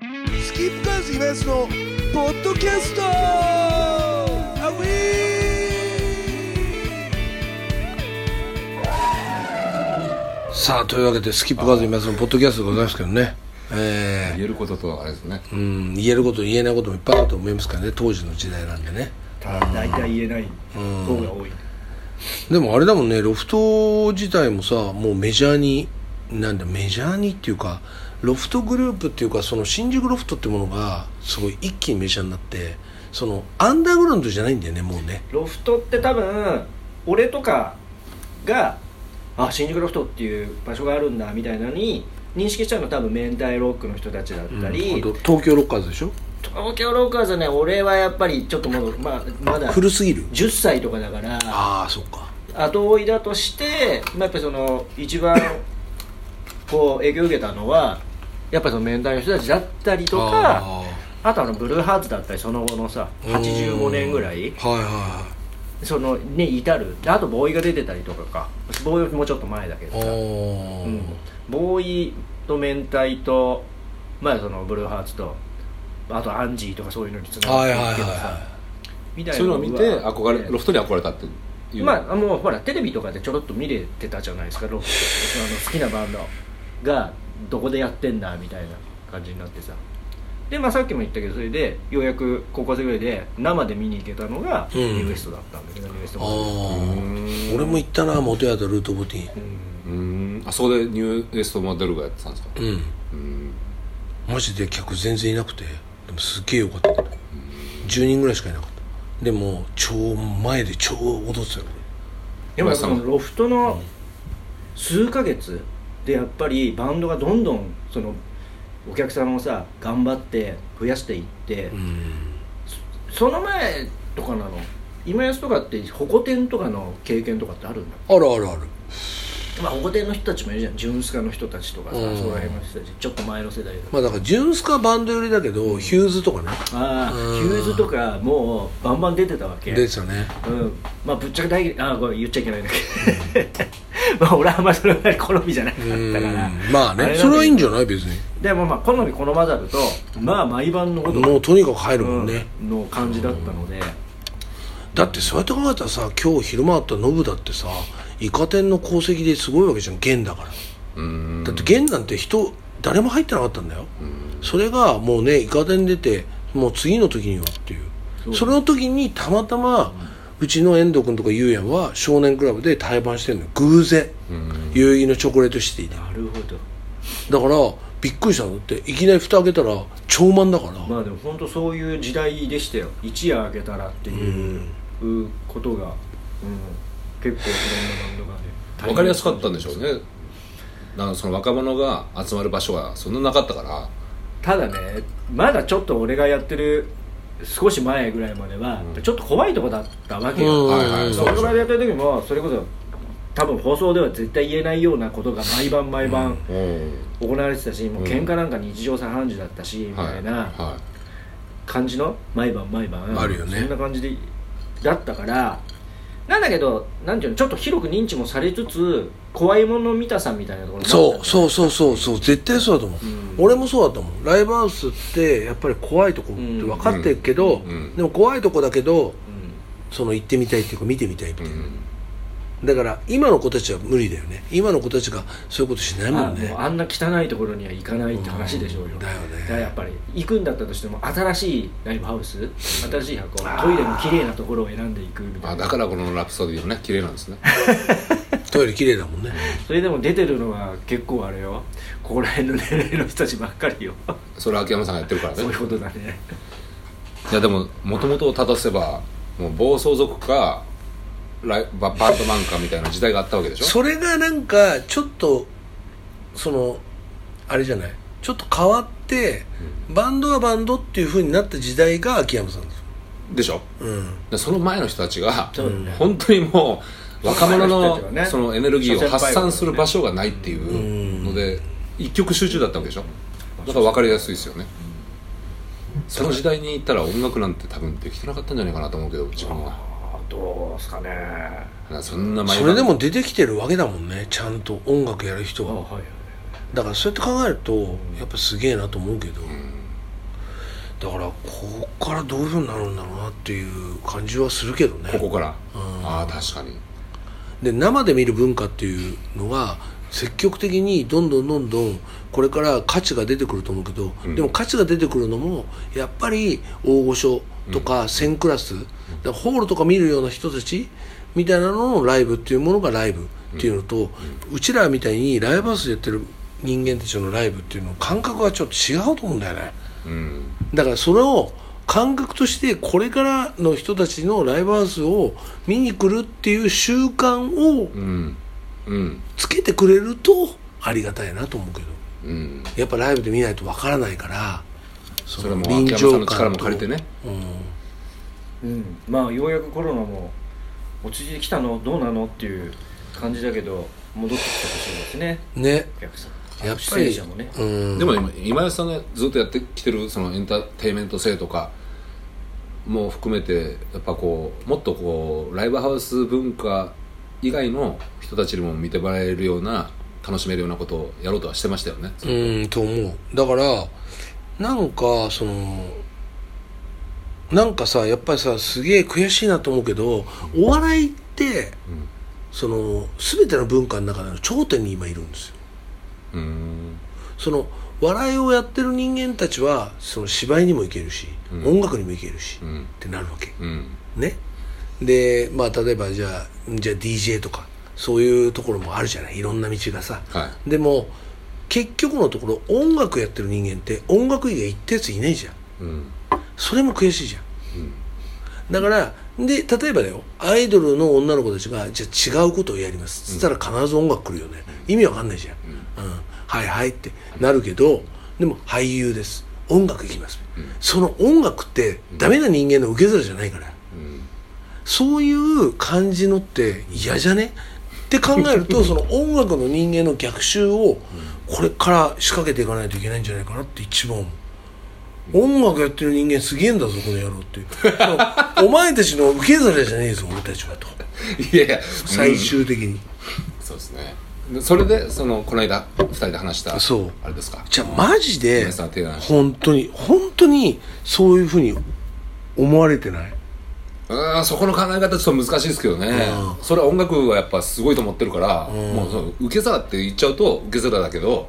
キープカーズイベントのポッドキャストアウィーさあというわけでスキップカーズイベントのポッドキャストでございますけどねえ言えることとあれですねーうん言えること言えないこともいっぱいあると思いますからね当時の時代なんでねただ大体言えない方が多いでもあれだもんねロフト自体もさもうメジャーになんだメジャーにっていうかロフトグループっていうかその新宿ロフトってものがすごい一気にメジャーになってそのアンダーグラウンドじゃないんだよねもうねロフトって多分俺とかがあ新宿ロフトっていう場所があるんだみたいなのに認識したのは多分明太ロックの人たちだったり、あと東京ロッカーズでしょ東京ロッカーズはね俺はやっぱりちょっとまだ、まあ、まだ古すぎる10歳とかだからああそっか後追いだとして、まあ、やっぱりその一番こう影響を受けたのはやっぱりその明太の人たちだったりとかああとあのブルーハーツだったりその後のさー85年ぐらいはいはいはそのに至るあとボーイが出てたりとかかボーイもちょっと前だけいあどさ、ーうん、ボーイと明太とまあそのブルーハーツとあとアンジーとかそういうのにつながっはいてはいいはいくけどはさみたいそういうのを見ては憧れロフトに憧れたっていうまあもうほらテレビとかでちょろっと見れてたじゃないですかロック あの好きなバンドがどこでやってんだみたいな感じになってさでまあさっきも言ったけどそれでようやく高校生ぐらいで生で見に行けたのがうんリクエストだったんだけど、リクエストあもー俺も行ったな元ヤとルートボティうーんあそこでニューエストモデルがやってたんですかンうんうんマジで客全然いなくてでもすっげえよかった10人ぐらいしかいなかったでも超前で超踊ってたよでもやっぱそのロフトの数ヶ月でやっぱりバンドがどんどんそのお客さんをさ頑張って増やしていって、俺うんその前とかなの今安とかってホコ天とかの経験とかってあるんだあるあるあるまあ、ホコ天の人たちもいるじゃんジュンスカの人たちとかさ、うんそこら辺の人たちちょっと前の世代とかまあだからジュンスカバンド寄りだけどヒューズとかねああヒうんューズとかもうバンバン出てたわけ出てたねうんまあぶっちゃけ大嫌いああこれ言っちゃいけないんだけ どまあ俺はあんまりそれは好みじゃなかうったからんまああれなんだけねどそれはいいんじゃない別にでもまあ好み好まざるとまあ毎晩のこともうとにかく入るもんね、うんの感じだったので、だってそうやって考えたらさ今日昼間あったノブだってさイカ天の功績ですごいわけじゃん弦だからうんだって現なんて人誰も入ってなかったんだよ、それがもうねイカ天出てもう次の時にはっていうそそうれの時にたまたま、うちの遠藤君とかゆうやんは少年クラブで対バンしてるのよ偶然うん代々木のチョコレートシティでなるほどだからびっくりしたのだっていきなり蓋開けたら超満だから、まあでも本当そういう時代でしたよ一夜明けたらっていううことが、うん、結構いろんなバンドがね分かりやすかったんでしょうねなんかその若者が集まる場所がそんななかったからただねまだちょっと俺がやってる少し前ぐらいまでは、ちょっと怖いとこだったわけよ、うんはいはいそそうのでぐしょらいでやってる時もそれこそ多分放送では絶対言えないようなことが毎晩毎晩うん行われてたし、もう喧嘩なんか日常茶飯事だったし、みはいたいなは感じの毎晩毎晩あるよねそんな感じでだったからなんだけどなんていうのちょっと広く認知もされつつ怖いもの見たさみたいなところもあそっうたそうそうそうそう絶対そうだと思う、俺もそうだと思うライブハウスってやっぱり怖いとこって分かってるけど、んうんでも怖いとこだけどうんその行ってみたいっていうか見てみたいみたいいうな、んだから今の子たちは無理だよね今の子たちがそういうことしないもんあねもうあんな汚いところには行かないって話でしょうよ、うんだよねからやっぱり行くんだったとしても新しいライブハウス新しい箱トイレの綺麗なところを選んでいくみたあいなだからこのラプソディもね綺麗なんですねトイレ綺麗だもんねそれでも出てるのは結構あれよここら辺の年齢の人たちばっかりよそれは秋山さんがやってるからそうねいうことだねいやでももともとを正せばもう暴走族かライババンドマンかみたいな時代があったわけでしょそれがなんかちょっとそのあれじゃないちょっと変わって、バンドはバンドっていうふうになった時代が秋山さんですでしょうんでその前の人たちが、そうだね本当にもう若そ者の前の人のたちがねそのエネルギーを発散する場所がないっていうので一極集中だったわけでしょだから分かりやすいですよねその時代に行ったら音楽なんて多分できてなかったんじゃないかなと思うけど自分はあどうすかねあそんな毎晩それでも出てきてるわけだもんねちゃんと音楽やる人がはいだからそうやって考えるとやっぱすげえなと思うけど、だからここからどういうふうになるんだろうなっていう感じはするけどねここからうんああ確かにで生で見る文化っていうのは積極的にどんどんどんどんこれから価値が出てくると思うけど、うんでも価値が出てくるのもやっぱり大御所とか1000クラス、だからホールとか見るような人たちみたいなののライブっていうものがライブっていうのと、うちらみたいにライブハウスでやってる人間たちのライブっていうの感覚はちょっと違うと思うんだよね。うんだからそれを感覚としてこれからの人たちのライブハウスを見に来るっていう習慣をうんうんつけてくれるとありがたいなと思うけどうんやっぱライブで見ないとわからないからそそれはもう秋山さんの力も借りてねうんうん、まあようやくコロナも落ち着いてきたのどうなのっていう感じだけど戻ってきてほしいですねねお客さんやっぱ出演り者もねうんでも今今井さんがずっとやってきてるそのエンターテインメント性とかも含めてやっぱこうもっとこうライブハウス文化以外の人たちにも見てもらえるような楽しめるようなことをやろうとはしてましたよね、うんと思うだからなんかそのなんかさやっぱりさすげえ悔しいなと思うけどお笑いってうんその全ての文化の中での頂点に今いるんですようーんその笑いをやってる人間たちはその芝居にも行けるし、うん音楽にも行けるし、うっんてなるわけうんねでまあ例えばじゃあじゃあ DJ とかそういうところもあるじゃないいろんな道がさはいでも結局のところ音楽やってる人間って音楽以外行ったやついないじゃんうんそれも悔しいじゃんだからで例えばだよアイドルの女の子たちがじゃあ違うことをやりますつったら必ず音楽来るよね意味わかんないじゃん、うんはいはいってなるけどでも俳優です音楽いきます、その音楽ってダメな人間の受け皿じゃないから、うんそういう感じのって嫌じゃねって考える とその音楽の人間の逆襲をこれから仕掛けていかないといけないんじゃないかなって一番思う音楽やってる人間すげえんだぞこの野郎っていう お前たちの受け皿じゃねえぞ俺たちはといやいや最終的に、そうですねでそれでそのこの間2人で話したそうあれですかじゃあマジで皆さん提案して本当に本当にそういうふうに思われてない、うんそこの考え方ちょっと難しいですけどね、うそれは音楽はやっぱすごいと思ってるから、もうその受け皿って言っちゃうと受け皿だけど、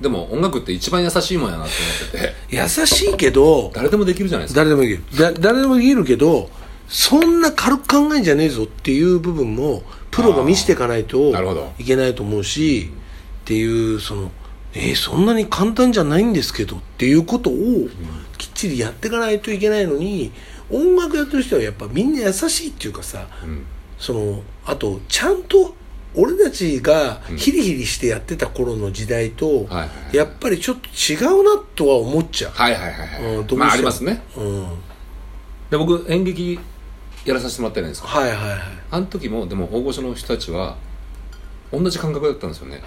でも音楽って一番優しいもんやなって思ってて優しいけど誰でもできるじゃないですか誰でもいけるだ誰でもいけるけどそんな軽く考えんじゃねえぞっていう部分もプロが見せていかないとなるほどいけないと思うしっていうそのえーそんなに簡単じゃないんですけどっていうことをきっちりやっていかないといけないのに音楽やってる人はやっぱみんな優しいっていうかさ、んそのあとちゃんと俺たちがヒリヒリしてやってた頃の時代と、はいはいはいやっぱりちょっと違うなとは思っちゃう。はいはいはいはい、うんどうしてもまあありますねうん、はいで僕演劇やらさせてもらったじゃないですかはいはいあの時もでも大御所の人たちは同じ感覚だったんですよね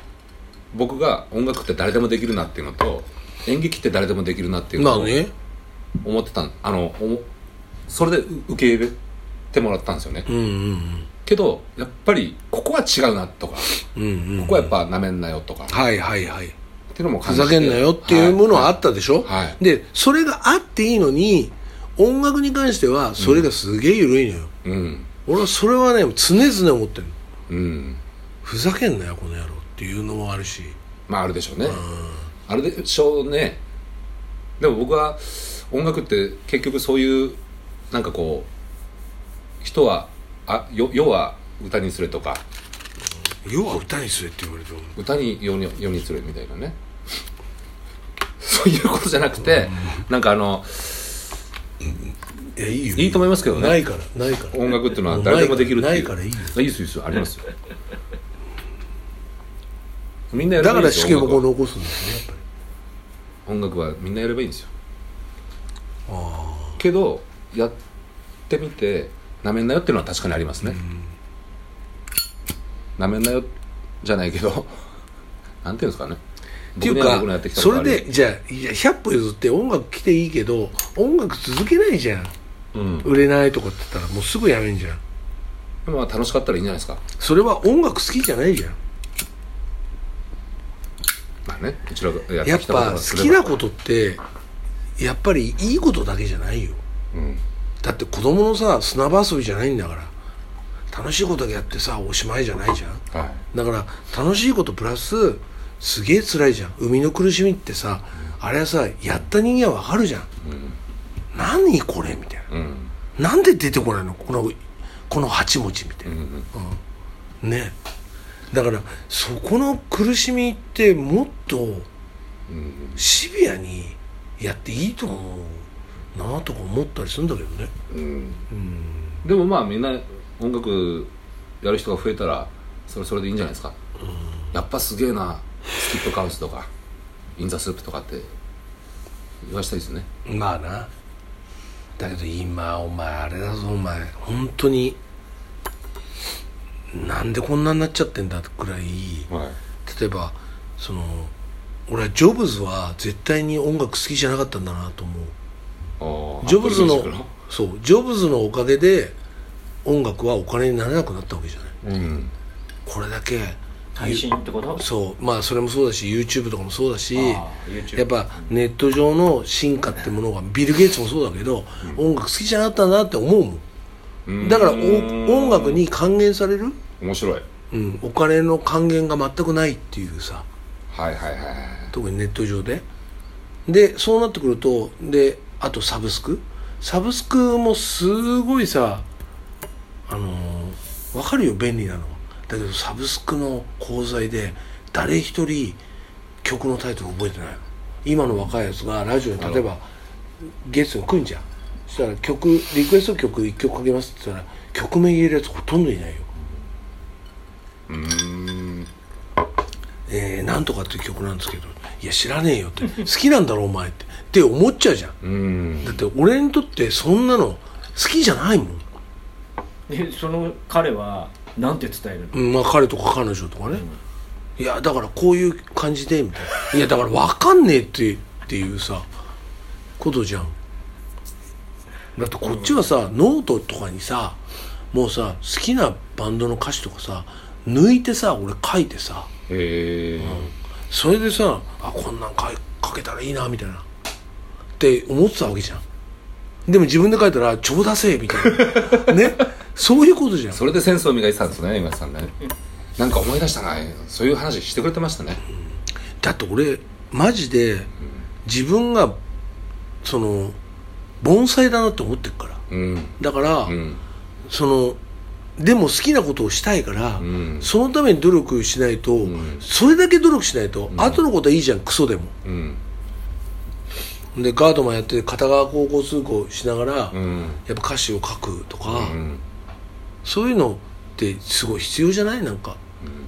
僕が音楽って誰でもできるなっていうのと演劇って誰でもできるなっていうまのあをね思ってたんあのおもそれで受け入れてもらったんですよね、うんうんけどやっぱりここは違うなとかこうんうんうんこはやっぱなめんなよとか、っはいはいはいていうのもふ感じてざけんなよっていうものはあはったでしょ、はいでそれがあっていいのに音楽に関してはそれがすげえ緩いのよ、いうん俺はそれはね常々思ってるうんふざけんなよこの野郎っていうのもあるしまああるでしょうね、あるでしょうねでも僕は音楽って結局そういうなんかこう人はあよ世は歌にすれとか要は歌にすれって言われても歌に世に世にすれみたいなね そういうことじゃなくて、なんかあのいやいいよいいと思いますけどねないからないから音楽っていうのは誰でもできるっていうないからいいよいいっすいいっすありますよみんなやれだばいかいんでらす試よ験もこう残すんですねやっぱり音楽はみんなやればいいんですよけどやってみてなめんなよっていうのは確かにありますねなめんなよじゃないけど なんていうんですかねっていう僕にはか僕のやってきたこそとがれあるでじゃあいや100歩譲って音楽来ていいけど音楽続けないじゃんうん売れないとかって言ったらもうすぐやめんじゃんまあ楽しかったらいいんじゃないですかそれは音楽好きじゃないじゃんまあねうちらがややっってきたことぱが好すればきなことってやっぱりいいことだけじゃないようんだって子供のさ砂場遊びじゃないんだから楽しいことだけやってさおしまいじゃないじゃんはいだから楽しいことプラスすげえ辛いじゃん生みの苦しみってさあれはさやった人間はわかるじゃん何これみたいうんうんななんで出てこないのこのこの鉢持ちみたいなうんねだからそこの苦しみってもっとうんシビアにやっていいと思うなとか思ったりするんだけどねうんうんでもまあみんな音楽やる人が増えたらそれそれでいいんじゃないですか、やっぱすげえなスキップカウンスとかインザスープとかって言わしたいですねまあなだけど今お前あれだぞお前本当になんでこんなになっちゃってんだくらいはい例えばその俺はジョブズは絶対に音楽好きじゃなかったんだなと思うああジョブズの Apple Music そうジョブズのおかげで音楽はお金にならなくなったわけじゃないうんこれだけ配信ってことそうまあそれもそうだし YouTube とかもそうだしああ YouTube やっぱネット上の進化ってものがビル・ゲイツもそうだけど、音楽好きじゃなかったなって思うもんうんだからお音楽に還元される、面白いうん、お金の還元が全くないっていうさはいはいはいはい特にネット上ででそうなってくるとであとサブスクサブスクもすごいさあのーわかるよ便利なのはだけどサブスクの功罪で誰一人曲のタイトル覚えてないの今の若いやつがラジオに例えばゲストが来んじゃんそしたら曲リクエスト曲1曲かけますって言ったら曲名入れるやつほとんどいないようーんえー、なんとかっていう曲なんですけどいや知らねえよって好きなんだろお前ってって思っちゃうじゃんうんだって俺にとってそんなの好きじゃないもん、でその彼はなんて伝えるのうんまあ彼とか彼女とかね、いやだからこういう感じでみたいないやだから分かんねえってっていうさことじゃんだってこっちはさ、ノートとかにさもうさ好きなバンドの歌詞とかさ抜いてさ俺書いてさへえそれでさあこんなん書い書けたらいいなみたいなって思ってたわけじゃんでも自分で書いたら「超だせ」みたい なねそういうことじゃんそれでセンスを磨いてたんですね今井さんね なんか思い出したなそういう話してくれてましたねだって俺マジで自分がその盆栽だなって思ってるからうんだから、うんそのでも好きなことをしたいから、んそのために努力しないと、んそれだけ努力しないと、後のことはいいじゃんクソでもうんでガードマンやって片側高校通行しながら、うんやっぱ歌詞を書くとか、うんそういうのってすごい必要じゃないなんか、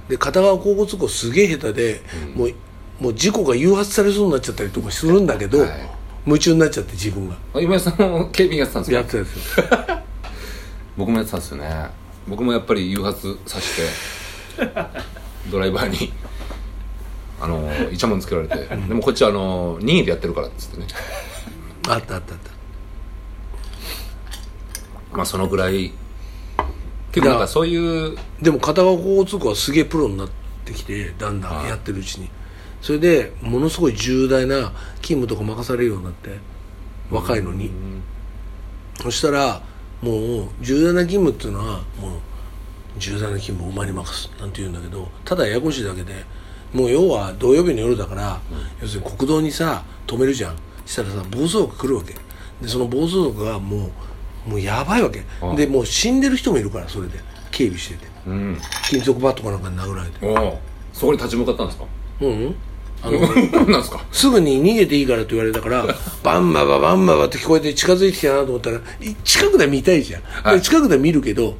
で片側交互通行すげえ下手で、もうもう事故が誘発されそうになっちゃったりとかするんだけど、はい夢中になっちゃって自分が今井さんも警備員やってたんですやかってたやつ僕もやってたんですよね僕もやっぱり誘発させてドライバーにあのイチャモンつけられてでもこっちはあの任意でやってるからっつってねあったあったあったまあそのぐらい結構なんかそういうでも片側交互通行はすげえプロになってきてだんだんやってるうちに、それでものすごい重大な勤務とか任されるようになって若いのに、そしたらもう重大な勤務っていうのはもう重大な勤務をお前に任すなんて言うんだけどただややこしいだけでもう要は土曜日の夜だから、要するに国道にさ止めるじゃんしたらさ暴走族来るわけでその暴走族がもうもうやばいわけ、うんでもう死んでる人もいるからそれで警備しててうん金属バットかなんかに殴られておうそこに立ち向かったんですかううんあのなんですかすぐに逃げていいからって言われた からバンバババンババって聞こえて近づいてきたなと思ったらい近くで見たいじゃん、いで近くで見るけど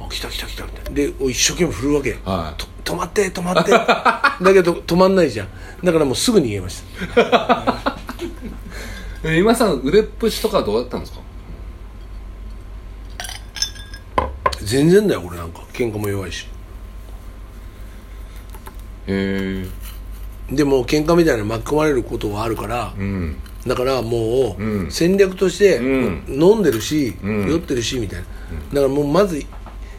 あ来た来た来たみたいなでお一生懸命振るわけ、はいと止まって止ま ってだけど止まんないじゃんだからもうすぐ逃げましたえ今井さん腕っぷしとかどうだったんですか全然だよ俺なんか喧嘩も弱いしへえでも喧嘩みたいなの巻き込まれることはあるから、うんだからもううん戦略としてうん飲んでるし、ん酔ってるしみたいなだからもうまず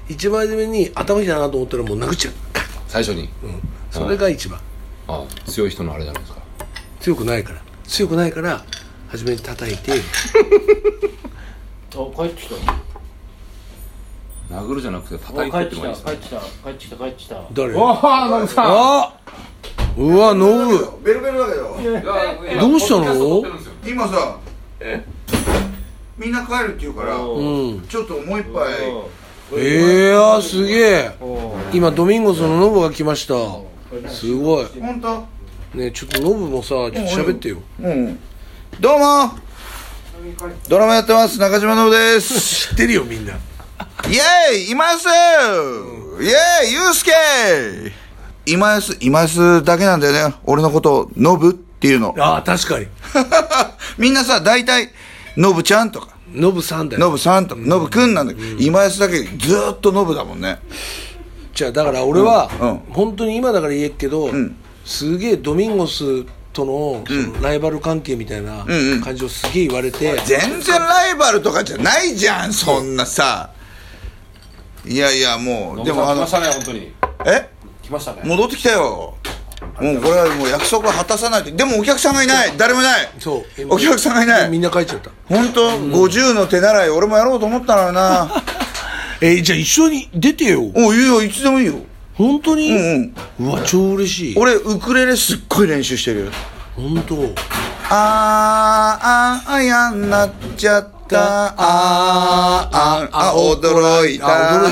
一番初めに頭きたなと思ったらもう殴っちゃう、最初にうん、それが一番あ強い人のあれじゃないですか強くないから強くないから初めに叩いてあ帰ってきた殴るじゃなくてあ叩い帰てっっててきもいいたです帰っねてきた帰ってきた帰ってきた誰ああノ ブさあうわノブベロベロだけどんどうしたの今さみんな帰るって言うからうんちょっともう一杯ええー、すげえおー今ドミンゴスのノブが来ましたすごい本当ねちょっとノブもさちょっと喋ってようんどうもドラマやってます中島信 です知ってるよみんなイエーイいますイエーイユースケいますいますだけなんだよね俺のことノブっていうの ああ確かにみんなさ大体ノブちゃんとかノブさんだよノブさんとかノブくんなんだけど今安だけずーっとノブだもんねじゃあだから俺は、うんうん本当に今だから言えっけど、んすげえドミンゴスとのそのライバル関係みたいなうんうん感じをすげえ言われて、全然ライバルとかじゃないじゃんそんなさいやいやもうででももあ来まのしたね本当にえ来ましたね戻ってきたよもうこれはもう約束は果たさないとでもお客さんがいない誰もいないそう今お客さんがいないみんな帰っちゃった本当、50の手習い俺もやろうと思ったのよな えーじゃあ一緒に出てよおいいよいつでもいいよ本当に、ううんわ超嬉しい俺ウクレレすっごい練習してるよ本当あーあーあやんなっちゃったあーあーあ驚いたあ驚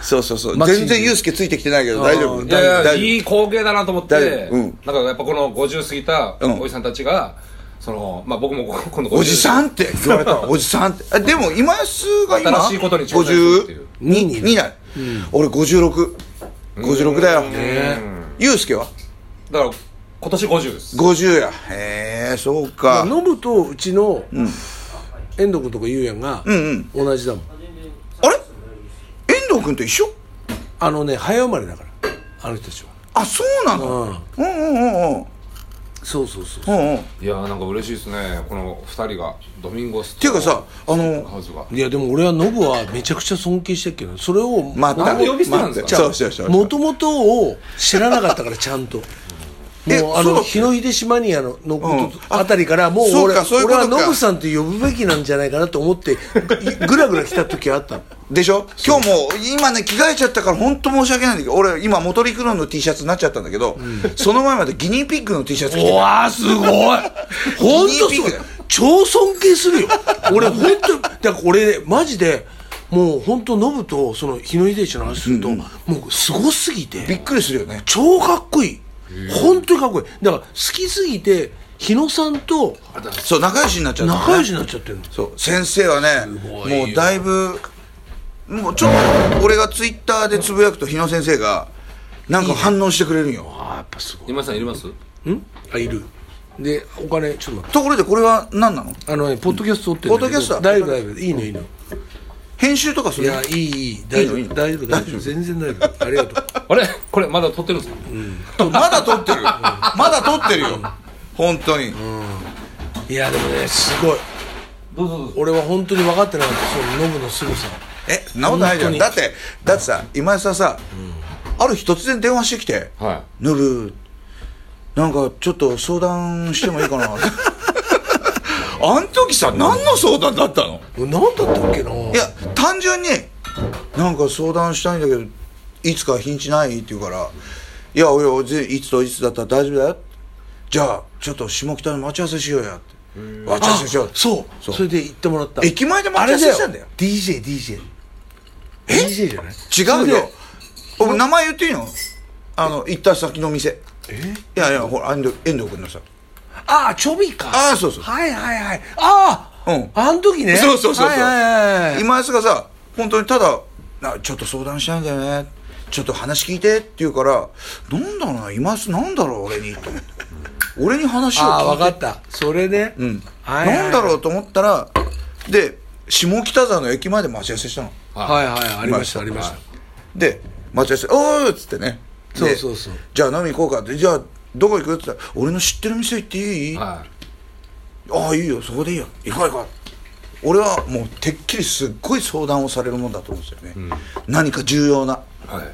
いそうそうそうマシン全然ユースケついてきてないけど大丈夫あーいやいや大いい丈光景だなと思っ大て、丈夫うんなんかやっぱこの50過ぎたうんおじさんたちが、そのまあ僕もこ今度夫おじさんんって言われたのおじさんってあでも今安が今新しいことに挑戦するっていう2に52だ、俺5656だよユースケはだから今年50です50やへえそうかノブとうちの、遠藤君とかゆうやんが、うんうん同じだもんあれ遠藤君と一緒あのね早生まれだからあの人たちはあそうなのうんうんうんうんうんそうそうそううそんうんっいやーなんか嬉しいですねこの2人がドミンゴスっていうかさあのハウスがういやでも俺はノブはめちゃくちゃ尊敬してるけどそれをまたなんで呼び捨てなんですかまたそうそうそうもともとを知らなかったからちゃんと えもうあそうのだっけ日の秀島マニアののうんことあたりからもうそう俺かそういうこ俺とかはノブさんって呼ぶべきなんじゃないかなと思っていぐらぐら来た時あった のでしょ今日も今ね着替えちゃったから本当申し訳ないんだけど俺今モトリクロンの T シャツになっちゃったんだけど、その前までギニーピッグの T シャツ着てたわーすごい本当す ギニーピンごクいだよ超尊敬するよ俺本当にだから俺ねマジでもう本当ノブとその日野秀一の話すると、もうすごすぎてびっくりするよね超かっこいい本当にかっこいいだから好きすぎて日野さんとそう仲良しになっちゃった、ね、仲良しになっちゃってるのそう先生はねごいよもうだいぶもうちょっと俺がツイッターでつぶやくと日野先生がなんか反応してくれるんよあやっぱすご今井さんいりますいんあいるでお金ちょっと待ってところでこれは何なのあのねポッドキャスト撮ってるんだけどポッドキャストだだいぶだいぶいいのいいの編集とかすいるやいいいい大丈夫いいの大丈夫大丈夫全然大丈夫ありがとうあれこれまだ撮ってるんですかまだ撮ってるまだ撮ってるよ本当にいやでもねすごいどうぞどうぞ俺は本当に分かってなかったそのノブの凄さえそんなことないじ本当ゃんにだってだってさ今井さんさある日突然電話してきては「ヌルなんかちょっと相談してもいい かな」あん時さ何の相談だったの何だったっけないや単純になんか相談したいんだけどいつか日にちないって言うから「いやおやぜいつといつだったら大丈夫だよ」じゃあちょっと下北で待ち合わせしようや」って待ち合わせしようってそうそそうれで行ってもらった駅前で待ち合わせしたんだよあれ DJDJ え DJ じゃない違うそれよでお名前言っていいのあの行った先の店えいやいやほら遠藤遠藤君のさああちょびかああそうそうはいはいはいああうんあの時ねそうそうそうそうはいはいはいはい今安がさ本当にただな「ちょっと相談したいんだよねちょっと話聞いて」って言うから「なんだろうな今安なんだろう俺に」と思って俺に話を聞いてああ分かったそれねううんはいはいなんだろうと思ったらで下北沢の駅前で待ち合わせしたのはいはいありましたはあいりましたで待ち合わせ「おーっつってねそうでそうそうじゃあ飲み行こうか」って「じゃあどこ行く?」って言ったら「俺の知ってる店行っていいいはああいいよそこでいいよ行こう行こう俺はもうてっきりすっごい相談をされるもんだと思うんですよね、何か重要ないはい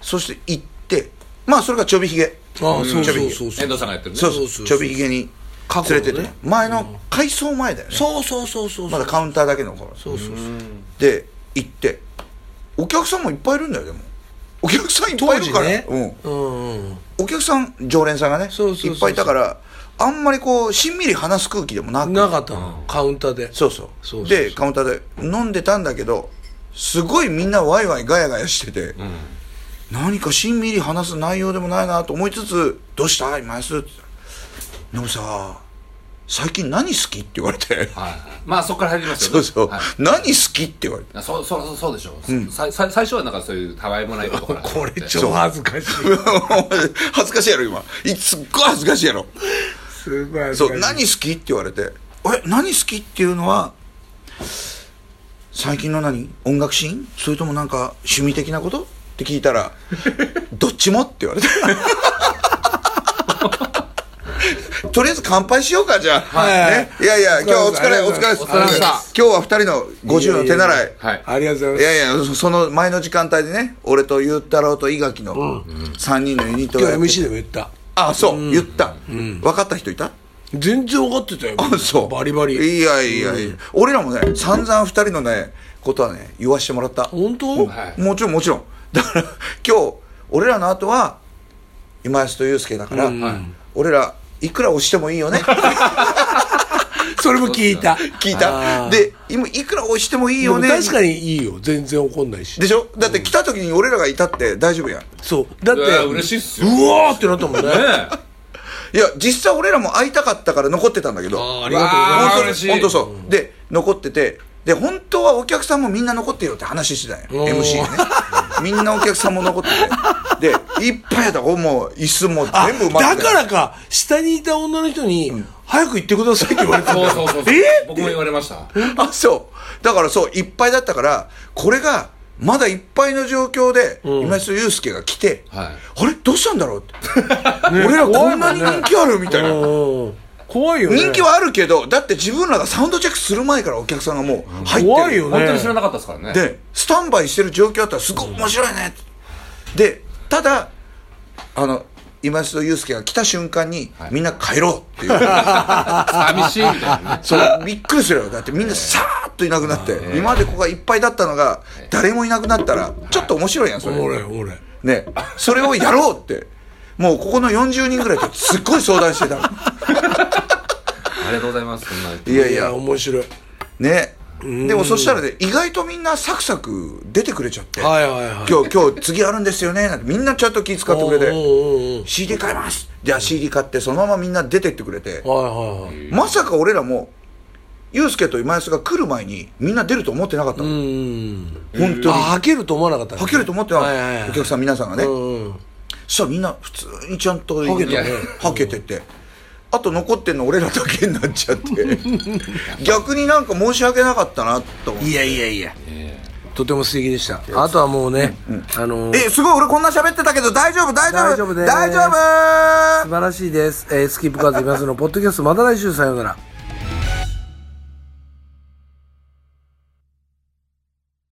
そして行ってまあそれがちょびひげああそうちょそびひうげそうそう遠藤さんがやってるねそうそうそうそうそうちょびひげに過去の連ねれてって、前の改装前だよねそうそうそうそうまだカウンターだけの頃そうそうそうで行ってお客さんもいっぱいいるんだよでもお客さんいっぱいいるから、うん、うんうんお客さん常連さんがねそうそうそうそういっぱいいたからあんまりこうしんみり話す空気でもなくなかったのカウンターでそうそうそうそうそうでカウンターで飲んでたんだけどすごいみんなワイワイガヤガヤしてて、何かしんみり話す内容でもないなと思いつつ「どうした今井す」って言ったらでもさ最近何好き?」って言われてはいまあそこから入りますよそねうそう、はい何好き?」って言われて あそうそうそうそうでしょ、さいさい最初はなんかそういうたわいもないことからこれょ超恥ずかしい恥ずかしいやろ今いすっごい恥ずかしいやろすごい恥ずそかうしい何好きって言われて「え何好き?」っていうのは最近の何音楽シーンそれともなんか趣味的なことって聞いたら「どっちも」って言われてとりあえず乾杯しようかじゃあ、はいね、いやいや今日お疲れお疲れですお疲れ様でした今日は2人の50の手習いはいありがとうごいざいやいやそその前の時間帯でね俺とゆうたろうと伊垣の3人のユニットますがや今って日 MC てでも言ったあそう、言った、分かった人いた全然分かってたよあそうバリバリいやいやいや、俺らもね散々二人のねことはね言わしてもらった、本当はいもちろんもちろんだから 今日俺らの後は今安と祐介だから、俺らいくら押してもいい よねそれも聞いた聞いたあーで今いくら押してもいいでよもね確かにいいよ全然怒んないしでしょだって来た時に俺らがいたって大丈夫やんそうだっいやて嬉しいっすようわーってなったもんねねえいや実際俺らも会いたかったから残ってたんだけどあーありがとうございわまーす本嬉しい当本当そう、で残っててで本当はお客さんもみんな残ってよって話してたんおやー MC ね みんなお客さんも残っててでいっぱいやったおもう椅子もあ全部埋まだっててからか下にいた女の人に、早く行ってくださいって言われてたんそうだそうそうそうえ僕も言われましたあそうだからそういっぱいだったからこれがまだいっぱいの状況で、今井祐介が来て、はいあれどうしたんだろうって、 俺らこんなに人気あるみたいな、うん怖いよね人気はあるけどだって自分らがサウンドチェックする前からお客さんがもう入ってる怖いよね本当に知らなかったですからねでスタンバイしてる状況だったらすごく面白いね、でただあの今井祐介が来た瞬間に、みんな帰ろうっていう 寂しいみたいなねそうびっくりするよだってみんなさーっといなくなって、今までここがいっぱいだったのが、誰もいなくなったらちょっと面白いやんそれ、俺俺ねそれをやろうってもうここの40人ぐらいとすっごい相談してたのありがとうございますそんないやいいやや面白いねでもそしたらね意外とみんなサクサク出てくれちゃって、はいはいはい今日今日次あるんですよねなんてみんなちゃんと気使ってくれうんてうんうん CD 買いますじゃあ CD 買ってそのままみんな出てってくれはいてはいはいまさか俺らもユースケと今安が来る前にみんな出ると思ってなかったの、うん本当にあはけると思わなかったはけると思ってなかった、はいはいはいお客さん皆さんがね、うんうんそしたらみんな普通にちゃんとはけたねはけてて、あと残ってんの俺らだけになっ ちゃって逆になんか申し訳なかったなと思っていやいやいやとても素敵でしたあとはもうねあのーえすごい俺こんな喋ってたけど大丈夫大丈夫大丈夫です大丈夫素晴らしいです、えースキップカードいますのポッドキャストまた来週さようなら